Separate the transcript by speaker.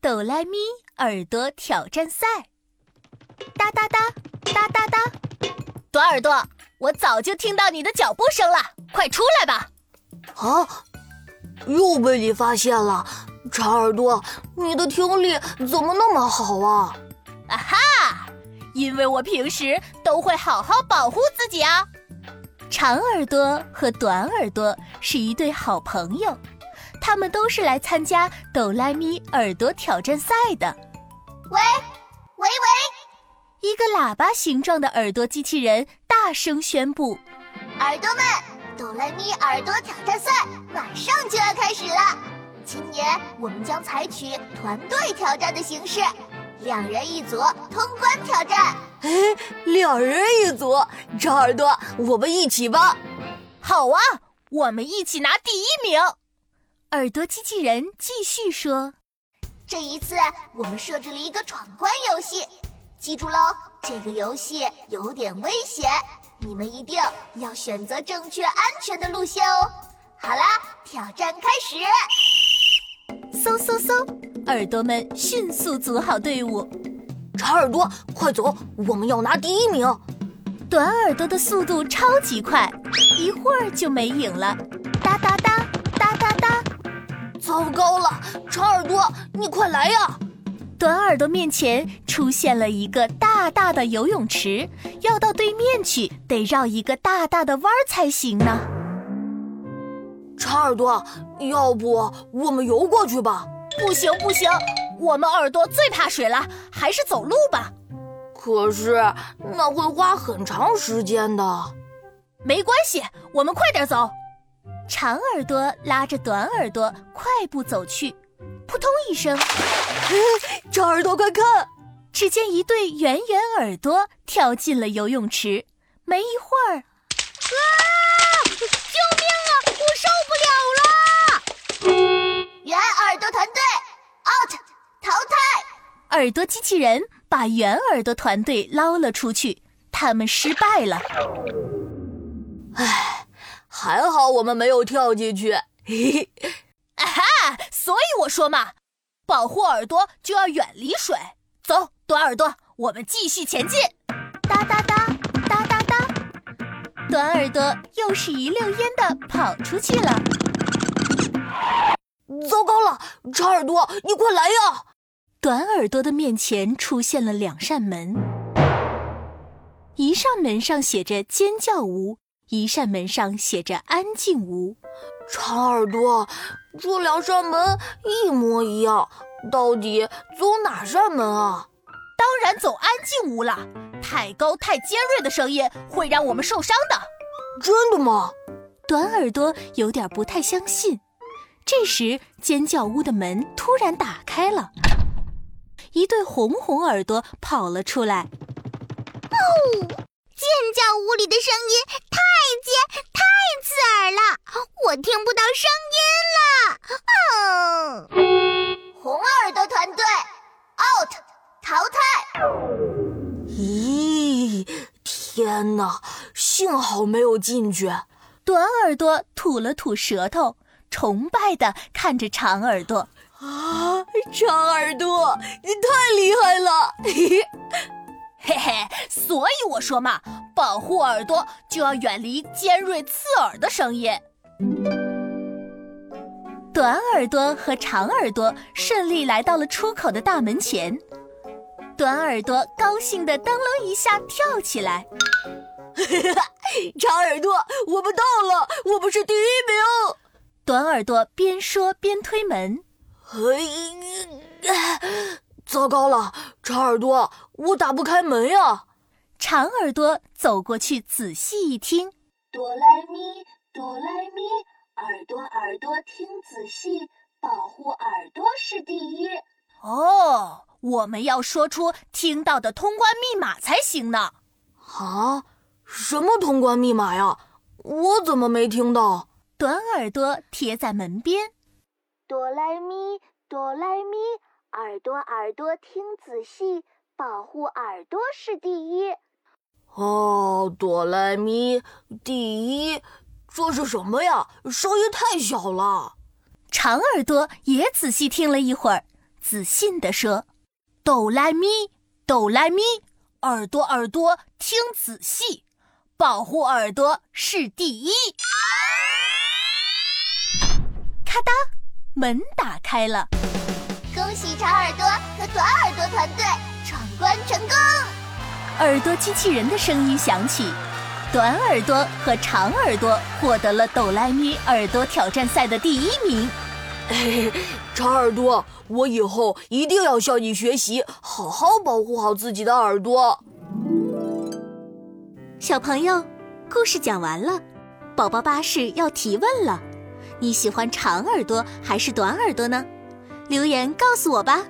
Speaker 1: 哆来咪耳朵挑战赛，哒哒哒哒哒哒，短耳朵，我早就听到你的脚步声了，快出来吧！
Speaker 2: 啊，又被你发现了，长耳朵，你的听力怎么那么好啊？
Speaker 1: 啊哈，因为我平时都会好好保护自己啊。长耳朵和短耳朵是一对好朋友，他们都是来参加哆来咪耳朵挑战赛的。
Speaker 3: 喂，喂喂！
Speaker 1: 一个喇叭形状的耳朵机器人大声宣布：“
Speaker 3: 耳朵们，哆来咪耳朵挑战赛马上就要开始了。今年我们将采取团队挑战的形式，两人一组通关挑战。”
Speaker 2: 哎，两人一组，长耳朵，我们一起吧！
Speaker 1: 好啊，我们一起拿第一名。耳朵机器人继续说：“
Speaker 3: 这一次我们设置了一个闯关游戏，记住喽，这个游戏有点危险，你们一定要选择正确安全的路线哦。”好啦，挑战开始！
Speaker 1: 嗖嗖嗖，耳朵们迅速组好队伍。
Speaker 2: 长耳朵，快走！我们要拿第一名。
Speaker 1: 短耳朵的速度超级快，一会儿就没影了。哒哒哒哒哒哒！
Speaker 2: 糟糕了，长耳朵，你快来呀！
Speaker 1: 短耳朵面前出现了一个大大的游泳池，要到对面去得绕一个大大的弯儿才行呢。
Speaker 2: 长耳朵，要不我们游过去吧？
Speaker 1: 不行不行，我们耳朵最怕水了，还是走路吧。
Speaker 2: 可是那会花很长时间的。
Speaker 1: 没关系，我们快点走。长耳朵拉着短耳朵快步走去，扑通一 声，
Speaker 2: 长耳朵快看！
Speaker 1: 只见一对圆圆耳朵跳进了游泳池，没一会儿，
Speaker 4: 啊！救命啊！我受不了了！
Speaker 3: 圆耳朵团队 out 淘汰，
Speaker 1: 耳朵机器人把圆耳朵团队捞了出去，他们失败了。
Speaker 2: 唉，还好我们没有跳进 去。嘿嘿，
Speaker 1: 啊哈！所以我说嘛，保护耳朵就要远离水。走，短耳朵，我们继续前进。
Speaker 3: 哒哒哒哒哒哒，
Speaker 1: 短耳朵又是一溜烟的跑出去了。
Speaker 2: 糟糕了，长耳朵，你快来呀！
Speaker 1: 短耳朵的面前出现了两扇门，一扇门上写着“尖叫屋”，一扇门上写着“安静屋”。
Speaker 2: 长耳朵，这两扇门一模一样，到底走哪扇门啊？
Speaker 1: 当然走安静屋了，太高太尖锐的声音会让我们受伤的。
Speaker 2: 真的吗？
Speaker 1: 短耳朵有点不太相信。这时，尖叫屋的门突然打开了，一对红红耳朵跑了出来。
Speaker 4: 哦，尖叫屋里的声音太尖、太刺耳了，我听不到声
Speaker 3: 音了。哦，红耳朵团队 out 淘汰。
Speaker 2: 咦，天哪！幸好没有进去。
Speaker 1: 短耳朵吐了吐舌头。崇拜的看着长耳朵，
Speaker 2: 啊，长耳朵，你太厉害了！
Speaker 1: 嘿嘿，所以我说嘛，保护耳朵就要远离尖锐刺耳的声音。短耳朵和长耳朵顺利来到了出口的大门前，短耳朵高兴的噔楞一下跳起来。
Speaker 2: 长耳朵，我们到了，我们是第一名！
Speaker 1: 短耳朵边说边推门，
Speaker 2: 哎，糟糕了，长耳朵，我打不开门呀、啊！
Speaker 1: 长耳朵走过去仔细一听，
Speaker 5: 哆来咪，哆来咪，耳朵耳朵听仔细，保护耳朵是第一。
Speaker 1: 哦，我们要说出听到的通关密码才行呢。
Speaker 2: 啊，什么通关密码呀？我怎么没听到？
Speaker 1: 短耳朵贴在门边，
Speaker 5: 哆来咪，哆来咪，耳朵耳朵听仔细，保护耳朵是第一。
Speaker 2: 哦，哆来咪第一，这是什么呀？声音太小了。
Speaker 1: 长耳朵也仔细听了一会儿，自信地说：“哆来咪，哆来咪，耳朵耳朵听仔细，保护耳朵是第一。”咔哒，门打开了。
Speaker 3: 恭喜长耳朵和短耳朵团队闯关成功！
Speaker 1: 耳朵机器人的声音响起，短耳朵和长耳朵获得了哆来咪耳朵挑战赛的第一名。
Speaker 2: 嘿嘿， 长耳朵，我以后一定要向你学习，好好保护好自己的耳朵。
Speaker 1: 小朋友，故事讲完了，宝宝巴士要提问了，你喜欢长耳朵还是短耳朵呢？留言告诉我吧。